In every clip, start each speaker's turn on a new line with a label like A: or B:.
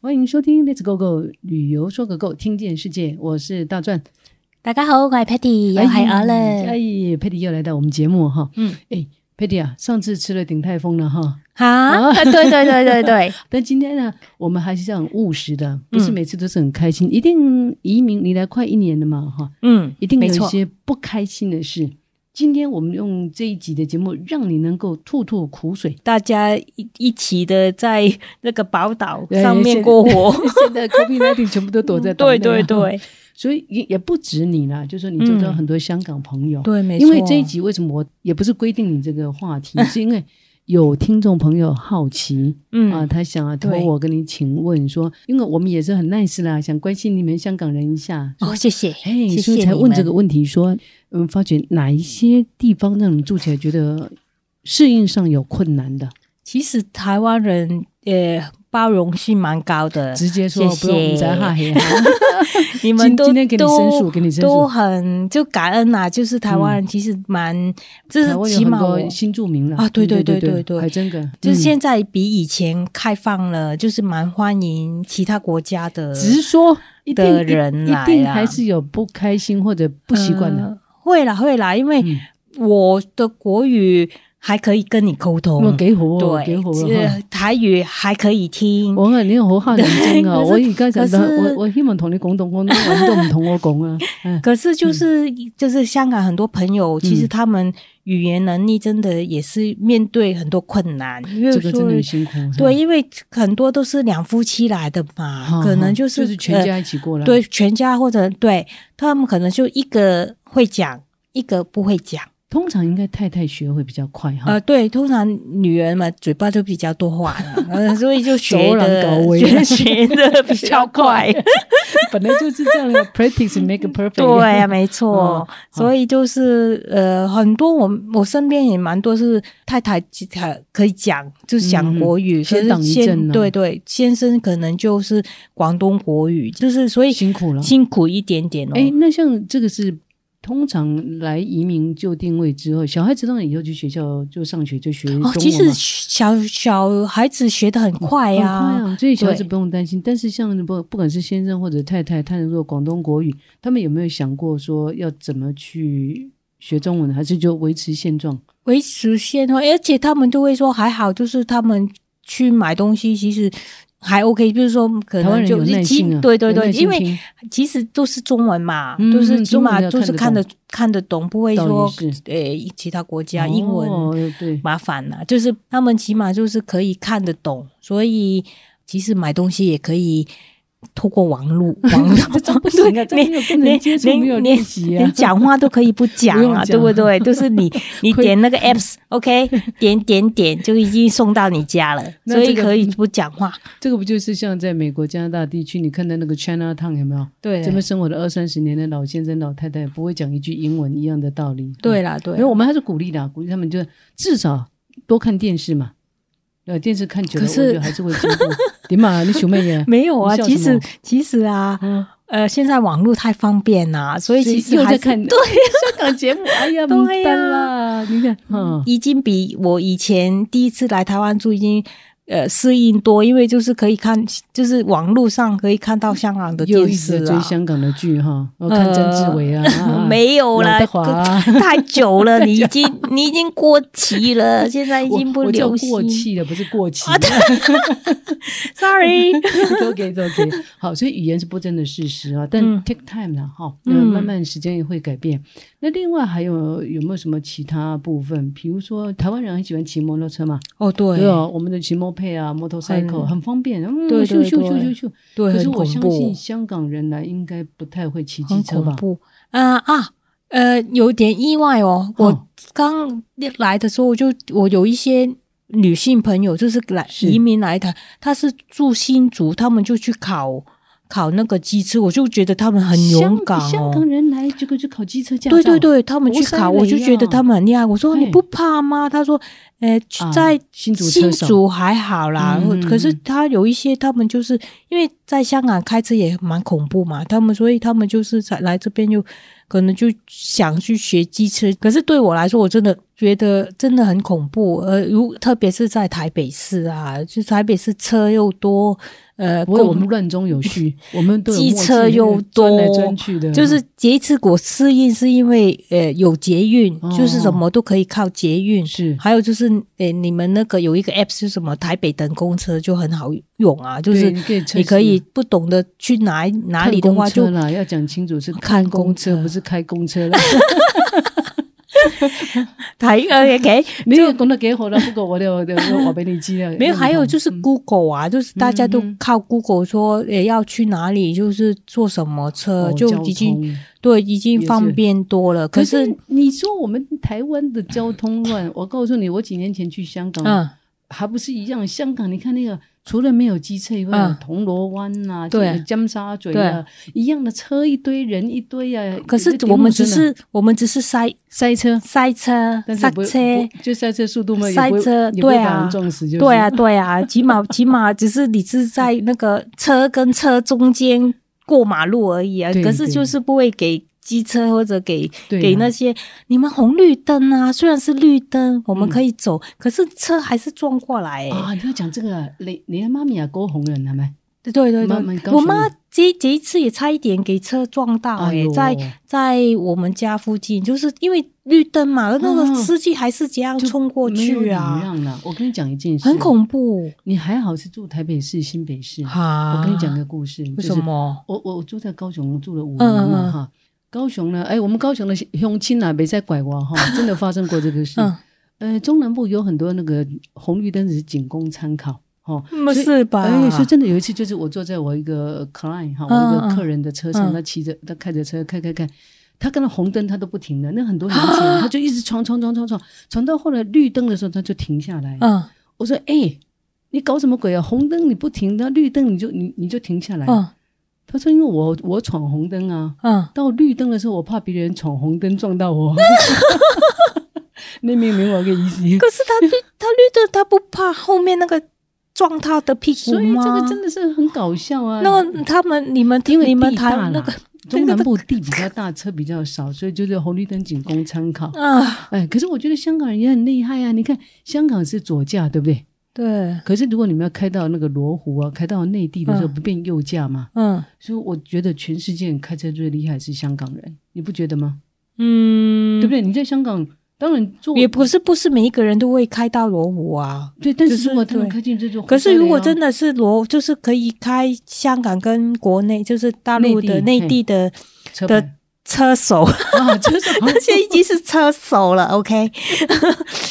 A: 欢迎收听 Let's Go Go 旅游说个够，听见世界，我是大钻。
B: 大家好，我係 Patty，又係我
A: 哎
B: 嘞。
A: 佩蒂又来到我们节目哈。
B: 嗯，
A: 哎，佩蒂啊，上次吃了鼎泰丰了哈，
B: 哎哈，对对对对对，
A: 但今天呢，我们还是要很务实的，不
B: 嗯
A: 是每次都是很开心。一定移民你来快一年了嘛哈，
B: 嗯，
A: 一定有
B: 没
A: 一
B: 错，
A: 些不开心的事。今天我们用这一集的节目，让你能够吐吐苦水，
B: 大家一一起的在那个宝岛
A: 哎
B: 上面过活。。
A: 现在 COVID 1 9全部都 躲在岛内
B: 对
A: 啊
B: 对，嗯对
A: 所以也也不止你啦，就说你周遭很多香港朋友，
B: 对，没
A: 因为这一集为什么我也不是规定你这个话题，是因为有听众朋友好奇啊，
B: 嗯，
A: 他想啊托
B: 对
A: 我跟你请问说，因为我们也是很 nice 啦，想关心你们香港人一下。
B: 哦，谢谢，
A: 哎，
B: 谢
A: 所以
B: 谢
A: 才
B: 你
A: 问这
B: 们
A: 个问题，说，嗯，发觉哪一些地方让你住起来觉得适应上有困难的，
B: 其实台湾人呃包容性蛮高的，
A: 直接说
B: 谢
A: 不用你在哈黑 啊，
B: 你
A: 今
B: 们都
A: 今天给你申诉，
B: 都
A: 给你申
B: 都
A: 诉。
B: 很就感恩呐，就是台湾人其实蛮，这
A: 台湾
B: 是
A: 有
B: 起
A: 很
B: 码我
A: 多新住民了
B: 啊对
A: 对
B: 对
A: 对
B: 对对对
A: 还真的
B: 就是
A: 嗯
B: 现在比以前开放了，就是蛮欢迎其他国家的
A: 直说，一定
B: 的
A: 一
B: 人
A: 一
B: 来啊
A: 定
B: 啦
A: 还是有不开心或者不习惯的。
B: 呃会啦会啦，因为
A: 嗯
B: 我的国语还可以跟你沟通，
A: 我给火，我给火
B: 对，
A: 了哈。哦
B: 呃台语还可以听。
A: 啊我話你好黑人精啊！
B: 可是
A: 我而家就
B: 可是
A: 我我希望同你講到我我都唔同我講 啊！嗯
B: 可是就是、就是香港很多朋友，其实
A: 嗯
B: 他们语言能力真的也是面对很多困难，因为
A: 这个真的
B: 说
A: 很辛苦。
B: 对，
A: 嗯，
B: 因为很多都是两夫妻来的嘛，
A: 哈
B: 可能
A: 哈
B: 就
A: 就是全家一起过来。
B: 呃、对全家或者对他们可能就一个会讲，一个不会讲。
A: 通常应该太太学会比较快哈
B: 呃，。对，通常女人嘛，嘴巴就比较多话了， 呃所以就
A: 走
B: 学
A: 廊
B: 的
A: 高位
B: 学学的比 较快。
A: 本来就是这 样的，practice make perfect。
B: 对啊，没错
A: 嗯。
B: 所以就是呃，很多我我身边也蛮多是太太她可以讲，就是讲国语，可
A: 先挡
B: 是
A: 一阵
B: 先
A: 啊
B: 对对，先生可能就是广东国语，就是所以
A: 辛苦了
B: 辛苦一点点哦。
A: 哎，那像这个是通常来移民就定位之后，小孩子当然以后去学校就上学就学中文嘛
B: 哦，其实小小孩子学的很快
A: 很快
B: 哎呀，
A: 啊，所以小孩子
B: 对
A: 不用担心。但是像不不管是先生或者太太，他如果广东国语，他们有没有想过说要怎么去学中文，还是就维持现状？
B: 维持现状，而且他们都会说还好，就是他们去买东西其实还 OK，就是说可
A: 台湾
B: 能
A: 人有
B: 就
A: 耐
B: 是
A: 心啊，
B: 对对对，
A: 有耐心
B: 因为
A: 听
B: 其实都是中文嘛，
A: 嗯
B: 都是起码
A: 中文要
B: 都是
A: 看
B: 看
A: 得
B: 得看得懂，不会
A: 倒
B: 说
A: 也是
B: 诶其他国家英文
A: 哦 对。
B: 麻烦啦、就是他们起码就是可以看得懂，所以其实买东西也可以透过网 络，网络
A: 这种不行啊，这
B: 对
A: 没有跟人
B: 连
A: 接触，没有
B: 连
A: 练习啊
B: 连。讲话都可以不讲
A: 不用
B: 啊，
A: 讲
B: 对不对？就是 你你点那个 apps，OK，、点点点就已经送到你家了，
A: 那
B: 所
A: 这
B: 以
A: 个
B: 可以不讲话。
A: 这个不就是像在美国、加拿大地区，你看到那个 China Town 有没有？
B: 对
A: 这边生活了二三十年的老先生、老太太，不会讲一句英文一样的道理。
B: 对啦，对
A: 没有，我们还是鼓励的啊，鼓励他们就是至少多看电视嘛。呃，电视看久了，我
B: 可是
A: 觉得还是会进步。 点嘛，你熊妹耶？
B: 没有啊，
A: 你笑
B: 其
A: 什么
B: 实其实啊，
A: 嗯，
B: 呃，现在网络太方便啦，所以其实
A: 又
B: 还
A: 在
B: 是
A: 看
B: 对，啊
A: 香港节目，哎呀，不
B: 对呀啊
A: 单啦，你看，嗯，
B: 已经比我以前第一次来台湾住已经。呃，适应多，因为就是可以看，就是网络上可以看到香港的
A: 又
B: 电
A: 一
B: 视
A: 直追
B: 啊，
A: 香港的剧哈，我看曾志伟啊，啊
B: 呃没有
A: 刘
B: 啦，
A: 德华啊
B: 太久 了，你已经你已经过期了，现在已
A: 啊我
B: 经不
A: 我叫
B: 流行。啊
A: 过气了，不是过期。
B: Sorry，
A: 都 OK，都 OK。好，所以语言是不争的事实啊，但
B: 嗯
A: take time 了哈，
B: 嗯
A: 那慢慢时间也会改变。那另外还有有没有什么其他部分？比如说台湾人很喜欢骑摩托车嘛，
B: 哦对
A: 对哦，我们的骑摩配啊，motorcycle
B: 很
A: 很方便，嗯，
B: 对
A: 咻
B: 对
A: 咻咻
B: 对
A: 咻咻。
B: 对，
A: 可是我
B: 很恐
A: 相
B: 怖
A: 信，香港人来应该不太会骑机
B: 很
A: 车
B: 恐
A: 吧？
B: 怖啊啊呃，有点意外哦。
A: 哦
B: 我刚来的时候，我就我有一些女性朋友，就是来
A: 是
B: 移民来台，她是住新竹，他们就去考考那个机车，我就觉得他们很勇敢
A: 香香
B: 哦
A: 港。人来这个去考机车驾照，
B: 对对，对，他们去
A: 无三
B: 考，
A: 垒
B: 我就觉得
A: 呀
B: 他们很厉害。我说
A: 啊对
B: 你不怕吗？他说，呃，
A: 啊
B: 在
A: 新竹车
B: 新
A: 手
B: 竹还好啦，
A: 嗯
B: 可是他有一些他们就是因为在香港开车也蛮恐怖嘛，他们所以他们就是才来这边就可能就想去学机车，可是对我来说，我真的觉得真的很恐怖。呃，如特别是在台北市啊，就台北市车又多，呃，
A: 不会我
B: 共
A: 们乱中有 序，我们都有
B: 机
A: 默契
B: 车
A: 那个
B: 又
A: 钻来
B: 多
A: 钻去的，
B: 就是捷次果适应是因为呃有捷运，就是什么都可以靠捷运。
A: 哦是
B: 还有就是，呃，你们那个有一个 app 是什么？台北等公车就很好用啊，就是
A: 对你可以测
B: 你可
A: 试
B: 以不懂得去哪哪
A: 看
B: 里的
A: 公
B: 话，就
A: 车啦，要讲清楚是
B: 看
A: 看公
B: 公
A: 车，
B: 车
A: 不是开公车 啦。
B: 台 呃 OK
A: 没有公的给我了，不给我的，我的我被你记了。
B: 没有，还有就是
A: 嗯
B: Google 啊，就是大家都
A: 嗯嗯
B: 靠 Google 说，诶、要去哪里，就是坐什么车，
A: 哦
B: 就
A: 交
B: 已经
A: 通
B: 对已经
A: 也
B: 方
A: 是
B: 便多了。
A: 可
B: 可
A: 是
B: 是，
A: 你说我们台湾的交通 乱，我告诉你，我几年前去香港，
B: 嗯，
A: 还不是一样？香港你看那个，除了没有机车以外，
B: 嗯
A: 铜锣湾呐，这
B: 对
A: 个尖沙咀啊，一样的车一堆人一堆啊。
B: 可是
A: 那顶
B: 我们
A: 路
B: 只
A: 真的
B: 是我们只是塞
A: 塞车，
B: 塞车
A: 但是
B: 塞
A: 不
B: 车。
A: 不就塞车速度嘛，也
B: 塞
A: 不会
B: 车
A: 也不会
B: 对啊
A: 把人撞死，就是
B: 对啊，对啊，起码起码只是你是在那个车跟车中间过马路而已啊。
A: 对
B: 可是
A: 对
B: 就是不会给机车或者给
A: 对啊
B: 给那些你们红绿灯啊，虽然是绿灯，我们
A: 嗯
B: 可以走，可是车还是撞过来、欸。
A: 啊，你要讲这个啊，你你的妈咪啊，高红人系咪？
B: 对对对
A: 慢慢高
B: 对，我
A: 雄
B: 妈这这一次也差一点给车撞到、
A: 哎
B: 欸，
A: 呦
B: 在在我们家附近，就是因为绿灯嘛，那
A: 啊
B: 个司机还是这样
A: 就
B: 冲过
A: 没有
B: 去
A: 礼
B: 啊，
A: 让了，我跟你讲一件事，
B: 很。恐怖。
A: 你还好是住台北市、新北市，
B: 哈
A: 我跟你讲个故事，就
B: 为
A: 是
B: 什么？
A: 我我我住在高雄住了五年嘛
B: 嗯嗯嗯
A: 哈，高雄呢，哎，我们高雄的乡亲啊，别再拐弯哈，真的发生过这个事。
B: 嗯
A: 呃，中南部有很多那个红绿灯只是仅供参考哈。所
B: 不
A: 以
B: 嗯是吧？
A: 哎，说真的，有一次就是我坐在我一个 client 哈，我一
B: 嗯嗯
A: 个
B: 嗯
A: 客人的车上，
B: 嗯
A: 他骑着他开着车开开开，他看到红灯他都不停的，那很多年 前他就一直闯闯闯闯闯，闯到后来绿灯的时候他就停下来。
B: 嗯
A: 我说：“哎、你搞什么鬼啊？红灯你不停，那绿灯你就你你就停下来。
B: 嗯
A: 他说：“因为我我闯红灯啊，
B: 嗯，
A: 到绿灯的时候我怕别人闯红灯撞到 我。” 你明不明我的意思？
B: 可是他绿 他绿灯，他不怕后面那个撞他的屁股
A: 所以
B: 吗？
A: 这个真的是很搞笑啊！
B: 那个他们你们
A: 因为
B: 你们
A: 地
B: 台
A: 大啦
B: 那个
A: 中南部地比 较大，车比较少，所以就是红绿灯仅供参考。
B: 啊，
A: 哎，可是我觉得香港人也很厉害啊！你看，香港是左驾，对不对？
B: 对，
A: 可是如果你们要开到那个罗湖啊，开到内地的时候，
B: 嗯
A: 不变右驾吗？
B: 嗯
A: 所以我觉得全世界开车最厉害是香港人，你不觉得吗？
B: 嗯，
A: 对不对？你在香港当然做
B: 也不是不是每一个人都会开到罗湖啊。
A: 对，但
B: 只
A: 是
B: 是
A: 如果他们
B: 对
A: 开进去就活
B: 可
A: 该
B: 是
A: 了
B: 如果
A: 呀
B: 真的是罗，就是可以开香港跟国内，就是大陆的
A: 内地
B: 内地的
A: 车
B: 的
A: 牌
B: 车手，
A: 啊，车手
B: 那些已经是车 手了，OK。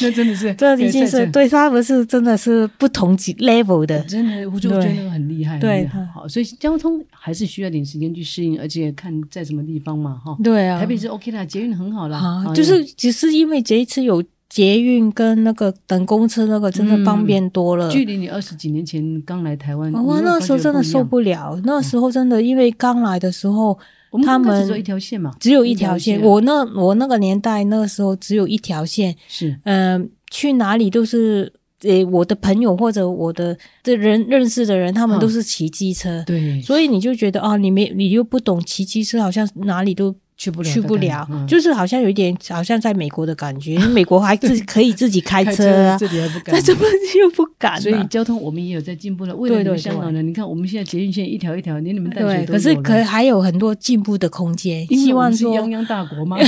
A: 那真的是
B: 这
A: 对
B: 已经
A: 赛
B: 是
A: 车
B: 对他们是真的是不同级 level 的，
A: 真的，我就觉
B: 对
A: 得那个很厉害，
B: 对
A: 很厉害
B: 他
A: 好，所以交通还是需要点时间去适应，而且看在什么地方嘛，哈。
B: 对啊
A: 台北是 OK 啦，捷运很好啦，
B: 啊
A: 啊，
B: 就是只是因为这一次有捷运跟那个等公车那个真的方便多了。
A: 嗯距离你二十几年前刚来台湾，
B: 哇、
A: 你会
B: 那时
A: 发
B: 候
A: 觉
B: 真的
A: 一
B: 受
A: 样，嗯
B: 不了，那时候真的因为刚来的时候
A: 我们
B: 他
A: 刚开始
B: 们
A: 只有一条线嘛，
B: 只有一条
A: 一
B: 线，
A: 条线
B: 我那我那个年代那个时候只有一条线，
A: 是
B: 嗯、去哪里都是。诶，我的朋友或者我的这人认识的人，他们
A: 嗯
B: 都是骑机车，
A: 对，
B: 所以你就觉得啊，你没你又不懂骑机车，好像哪里都
A: 去不了，
B: 去不
A: 大概
B: 了，
A: 嗯
B: 就是好像有一点好像在美国的感 觉，因为美国还自可以自己开
A: 开
B: 车啊，
A: 这里还不敢
B: 但。这边又不敢、啊，
A: 所以交通我们也有在进步了，为了
B: 对
A: 你们
B: 对
A: 香港
B: 对
A: 人，你看我们现在捷运线一条一条，连你们淡水
B: 对，
A: 都
B: 可是
A: 有了
B: 可还有很多进步的空间，
A: 因为
B: 希
A: 我
B: 望
A: 们是泱
B: 说。
A: 泱大国 嘛，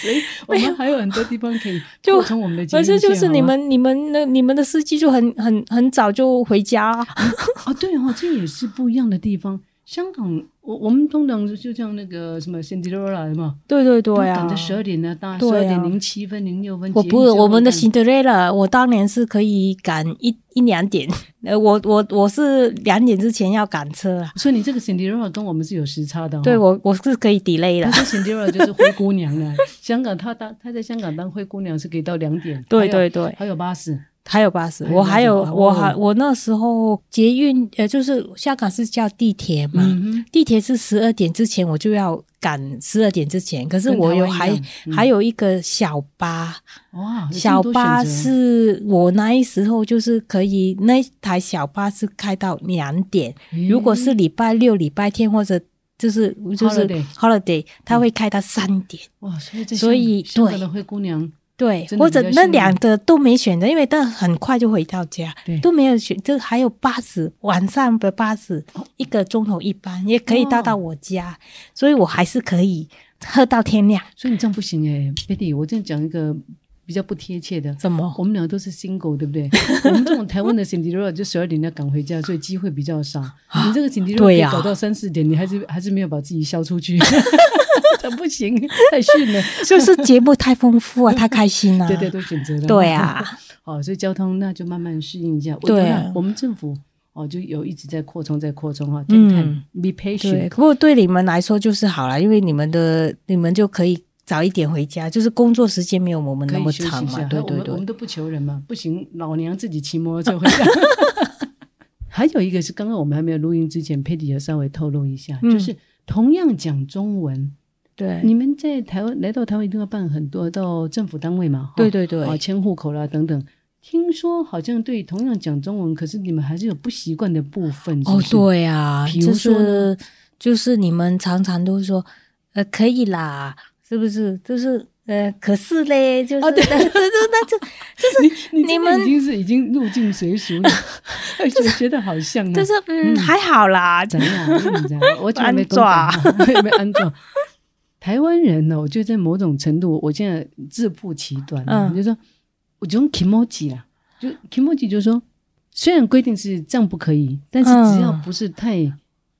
A: 所以我们还有很多地方可以
B: 就
A: 扩充我们的捷
B: 可
A: 运线。
B: 是就是你
A: 好吗啊
B: 们、你们那、你们的司机就很、很、很早就回家、啊
A: 哦，对哦，这也是不一样的地方。香港，我我们通常就像那个什么 Cinderella 嘛，
B: 对对
A: 都
B: 对啊
A: 赶在！十二点呢，大十
B: 对
A: 二
B: 啊
A: 点零七分、零六分。
B: 我
A: 捷
B: 不，
A: 运就
B: 我们的
A: 会
B: Cinderella，我当年是可以赶一一两点， 呃，我我我是两点之前要赶车啊。
A: 赶，所以你这个 Cinderella 跟我们是有时差的、哦。
B: 对，我我是可以 delay
A: 他
B: 的。
A: 说 Cinderella 就是灰姑娘啊， 香港她当她在香港当灰姑娘是可以到两点。
B: 对
A: 还有
B: 对对
A: 还有巴士。
B: 还有巴士，
A: 还有
B: 我还有
A: 巴士
B: 我
A: 哦
B: 还我那时候捷运呃，就是香港是叫地铁嘛，
A: 嗯哼，
B: 地铁是十二点之前我就要赶十二点之前，可是
A: 跟
B: 我
A: 台
B: 有
A: 湾一
B: 还
A: 样嗯
B: 还有一个小巴，
A: 哇，有这么
B: 小
A: 多选
B: 巴
A: 择
B: 是我那时候就是可以那一台小巴是开到两点，如果是礼拜六、礼拜天或者。就是就是
A: 嗯 Holiday
B: holiday，它会开到三点，
A: 哇，所以这
B: 所以
A: 香港
B: 对
A: 香港的灰姑娘
B: 对，
A: 真的
B: 或者
A: 比较
B: 那
A: 幸运
B: 两个都没选择，因为但很快就回到家
A: 对，
B: 都没有选择。还有巴士，晚上的巴士
A: 哦
B: 一个钟头一班，也可以到到我家，所以我还是可以喝到天亮。
A: 所以你这样不行哎、b e t t y 我这样讲一个比较不贴切的。
B: 怎么？
A: 哦我们两个都是 single，对不 对？我们这种台湾的 Cinderella 就十二点要赶回家，所以机会比较少。你这个 Cinderella 可
B: 啊对
A: 以
B: 呀
A: 搞到三四点，你还是还是没有把自己消出 去， 这不行，太逊了。
B: 就是节目太丰富啊，太开心了、
A: 对对，都选择了。
B: 对啊，
A: 哦，所以交通那就慢慢适应一下。我
B: 对
A: 觉
B: 啊
A: 得我们政府哦就有一直在扩充，在扩充哈。
B: 嗯
A: take time, be
B: 对。
A: patient。
B: 不过对你们来说就是好了，因为你们的你们就可以早一点回家，就是工作时间没有我们
A: 可
B: 那
A: 以
B: 么
A: 休息
B: 长
A: 一
B: 嘛。
A: 下，
B: 对
A: 我
B: 对
A: 们我们
B: 对，
A: 都不求人嘛，不行，老娘自己骑摩托车回 家。还有一个是刚刚我们还没有录音之前，佩蒂有稍微透露一下，
B: 嗯
A: 就是同样讲中文，
B: 对
A: 你们在台湾来到台湾一定要办很多到政府单位嘛，哈
B: 对对对
A: 啊，迁户口啦等等。听说好像对同样讲中文，可是你们还是有不习惯的部分，是不
B: 哦，
A: 是，
B: 对呀、
A: 比
B: 就
A: 如说
B: 是就是你们常常都说，呃，可以啦，是不是？就是呃，可是嘞，就是、
A: 啊对
B: 那就那就
A: 你
B: 你
A: 你
B: 们
A: 们已经是已经入境随俗 了，而且我觉得好像啊，
B: 就是嗯，
A: 嗯
B: 还好啦，
A: 怎样？我跟你讲，我从来没
B: 安坐啊
A: 公道我 也没安坐。台湾人哦呢，我觉得在某种程度，我现在自曝其短啊，
B: 嗯
A: 就是说，我就用 kimoji 啦，就 kimoji 就是说，虽然规定是这样不可以，但是只要
B: 嗯
A: 不是太、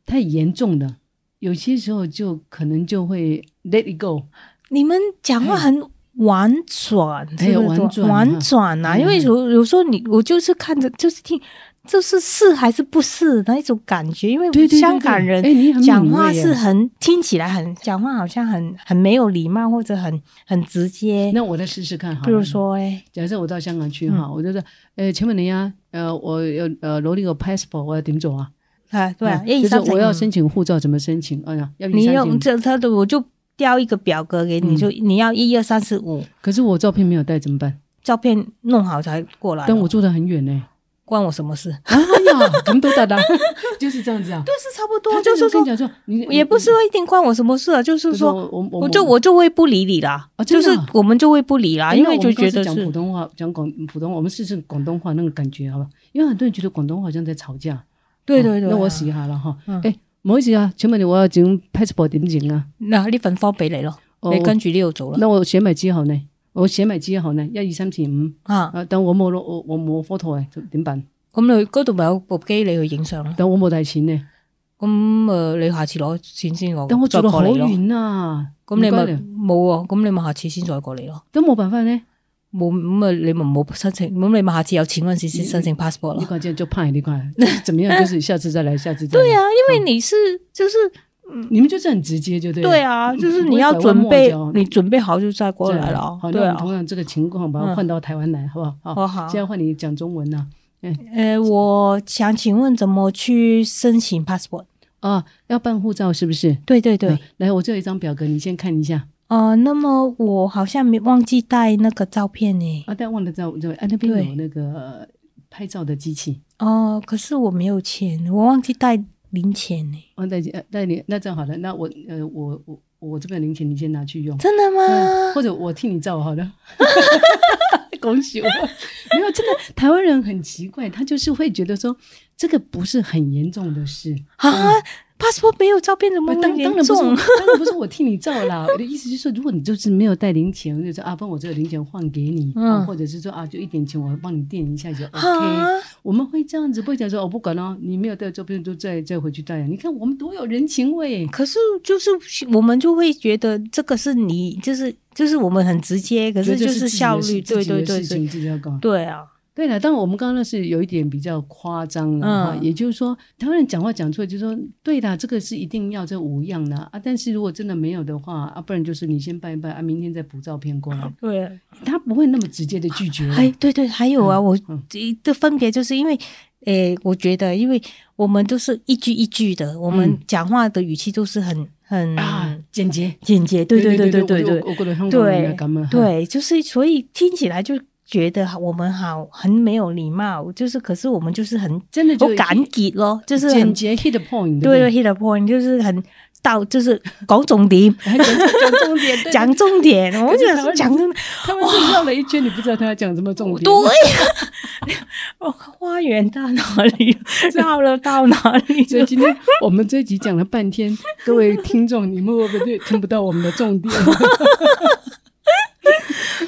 A: 太严重的，有些时候就可能就会 let it go。
B: 你们讲话很。婉转，
A: 哎
B: 这个
A: 婉
B: 多
A: 转啊
B: 婉转呐、
A: 嗯
B: 因为有有时候你我就是看着，就是听，就是是还是不是那一种感觉，因为
A: 对对对
B: 香港人
A: 对哎你很敏
B: 讲话
A: 锐耶
B: 是很听起来很讲话好像很很没有礼貌或者很很直接，
A: 那我再试试看好了，
B: 比如说嗯哎、
A: 假设我到香港去哈，我就说，呃，请问你啊，呃，我有呃攞呢個 passport，我要點做啊？
B: 啊，对啊，一
A: 就
B: 三
A: 是
B: 三
A: 我要
B: 零
A: 申请护照，怎么申请？哎呀，要
B: 嗯你
A: 一三
B: 用
A: 零。
B: 这他的，我就调一个表格给你，
A: 嗯
B: 就你要一二三四五，
A: 可是我照片没有带怎么办？
B: 照片弄好才过来哦。
A: 但我住得很远 呢。
B: 关我什么事？
A: 哎呀，咁都得 啦，就是这样子啊。
B: 对，是差不
A: 他
B: 多，就是
A: 跟
B: 说
A: 你，讲说，你
B: 也不是，说一定关我什么事啊，就是
A: 就
B: 说，
A: 我我
B: 我就我就会不理你啦，
A: 啊
B: 就
A: 真
B: 是
A: 的啊
B: 我们就会不理啦，
A: 哎
B: 因
A: 那
B: 为
A: 我
B: 就
A: 们刚
B: 觉
A: 刚
B: 得
A: 是讲普
B: 是
A: 通话，讲广普通，我们试试广东话那个感觉，好吧？因为很多人觉得广东话好像在吵架。
B: 对
A: 哦
B: 对对啊。
A: 那我试一下啦哈
B: 嗯。
A: 哎，唔好意思啊，请问你我要整 passport 點整啊？
B: 嗱呢份方俾你咯，
A: 哦
B: 你跟住呢度做啦。
A: 那我寫埋之後呢？我寫埋之後呢？一二三四五
B: 啊，
A: 啊！但我冇攞我我冇 photo 啊，點辦？
B: 咁你嗰度咪有部機你去影相咯。
A: 但我冇帶錢呢。
B: 咁诶，你下次攞錢先我，
A: 但我
B: 再
A: 做到
B: 過
A: 好
B: 嚟咯。
A: 遠啊！
B: 咁你
A: 唔該
B: 咪
A: 你
B: 冇啊？咁你咪下次先再過嚟咯。
A: 都冇辦法呢。
B: 冇咁啊，你咪唔好申請，咁你咪下次有錢嗰陣時先申請 passport
A: 你
B: 咯。
A: 管这样就胖一点，快，就是怎么样？ 就是下次再来，下次再来。
B: 对啊，
A: 嗯
B: 因为你是就是
A: 你们就是很直接，就对。
B: 对，啊，就是你要准备，你准备好就再过来了
A: 好，。那
B: 对
A: 我们
B: 啊，
A: 同样这个情况，把它
B: 嗯
A: 换到台湾来，好不好？
B: 好哦好
A: 现在换你讲中文啊了
B: 呃，我想请问怎么去申请 passport？
A: 啊，要办护照是不是？
B: 对对
A: 啊
B: 对，
A: 来，我这有一张表格，你先看一下。
B: 呃，那么我好像没忘记带那个照片呢。
A: 啊，但忘了在我这，啊那边
B: 对
A: 有那个呃拍照的机器。
B: 哦，可是我没有钱，我忘记带零钱呢。
A: 哦，那呃那你那这样好了，那我呃我我我这边的零钱你先拿去用。
B: 真的
A: 嗯
B: 吗？
A: 或者我替你照好 了。恭喜我！没有，真的台湾人很奇怪，他就是会觉得说这个不是很严重的事。
B: 啊，passport 没有照片怎么
A: 当
B: 会
A: 当然
B: 严
A: 不是我，
B: 重？
A: 当然不是我替你照啦。 我的意思就是说，如果你就是没有带零钱，我就说啊，帮我这个零钱换给你，
B: 嗯
A: 啊或者是说啊，就一点钱我帮你垫一下就 OK。
B: 啊，
A: 我们会这样子，不会讲说我、哦、不管哦，你没有带照片就再再回去带啊。你看我们多有人情味。
B: 可是就是我们就会觉得这个是你，就是就是我们很直接，可
A: 可
B: 是就是效率，对对对
A: 事
B: 对，
A: 情自己要搞。
B: 对啊，
A: 对了，当然我们刚刚那是有一点比较夸张了哈，
B: 嗯
A: 也就是说，台湾人讲话讲错，就是说，对啦，这个是一定要这五样的啊，但是如果真的没有的话啊，不然就是你先拜一拜啊，明天再补照片过来，
B: 对啊，
A: 他不会那么直接的拒绝啦。
B: 哎，对对，还有啊，我
A: 嗯
B: 这的分别就是因为，诶、我觉得因为我们都是一句一句的，我们
A: 嗯
B: 讲话的语气都是很很
A: 啊，简洁，
B: 嗯简洁，对
A: 对
B: 对
A: 对
B: 对对
A: 对
B: 对
A: 啊我我我觉得香港人也感冒
B: 对，就是所以听起来就觉得我们好很没有礼貌，就是可是我们就是很
A: 真的就
B: 好簡潔咯，就是
A: 简
B: 很
A: 洁 hit the point，
B: 对
A: 对
B: ，hit the point，就是很到就是讲重点，
A: 不对，讲重点，对
B: 讲重点，我
A: 可是
B: 就
A: 台湾
B: 是讲重点，
A: 他们是绕了一圈，你不知道他要讲什么重点，
B: 对呀， 我花园到哪 里，绕了到哪里
A: 所以今天我们这集讲了半天，各位听众，你们会不会听不到我们的重点？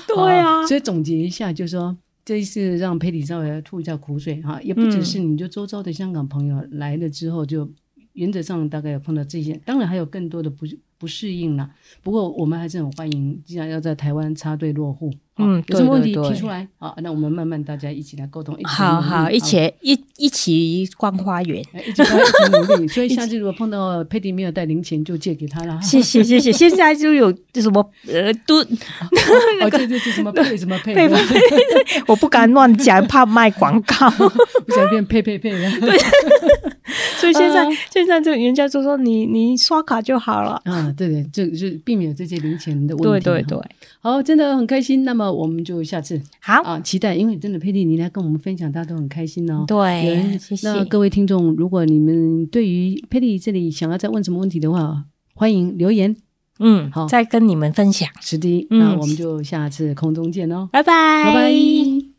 B: 对啊
A: 好，所以总结一下，就是说这一次让佩里稍微来吐一下苦水哈，也不只是
B: 嗯
A: 你就周遭的香港朋友来了之后，就原则上大概有碰到这些，当然还有更多的不不适应啦。不过我们还是很欢迎，既然要在台湾插队落户，啊
B: 嗯
A: 有什么问
B: 对
A: 题
B: 对对
A: 提出来啊，那我们慢慢大家一起来沟通，一起来努
B: 好
A: 力
B: 好，一起一一起逛花园。
A: 哎一起来一起努力。所以下次如果碰到佩蒂没有带零钱，就借给他啦。
B: 谢谢谢谢，现在就有 什么呃，都
A: 哦，对对对，什么配什么配，
B: 佩佩 我不敢乱讲，怕卖广 告。
A: 不想变配配配了。
B: 所以现在、
A: 嗯
B: 现在就人家就说你你刷卡就好了。
A: 啊，对对，这就是避免这些零钱的问
B: 对
A: 题。啊
B: 对对，，
A: 好，真的很开心。那么我们就下次
B: 好，
A: 啊，期待，因为真的佩蒂你来跟我们分享，大家都很开心哦。有
B: 对，
A: 人
B: 谢谢。
A: 那各位听众，如果你们对于佩蒂这里想要再问什么问题的话，欢迎留言。
B: 嗯，
A: 好
B: 再跟你们分享，
A: 是的，
B: 嗯
A: 那我们就下次空中见哦，
B: 拜拜，
A: 拜拜。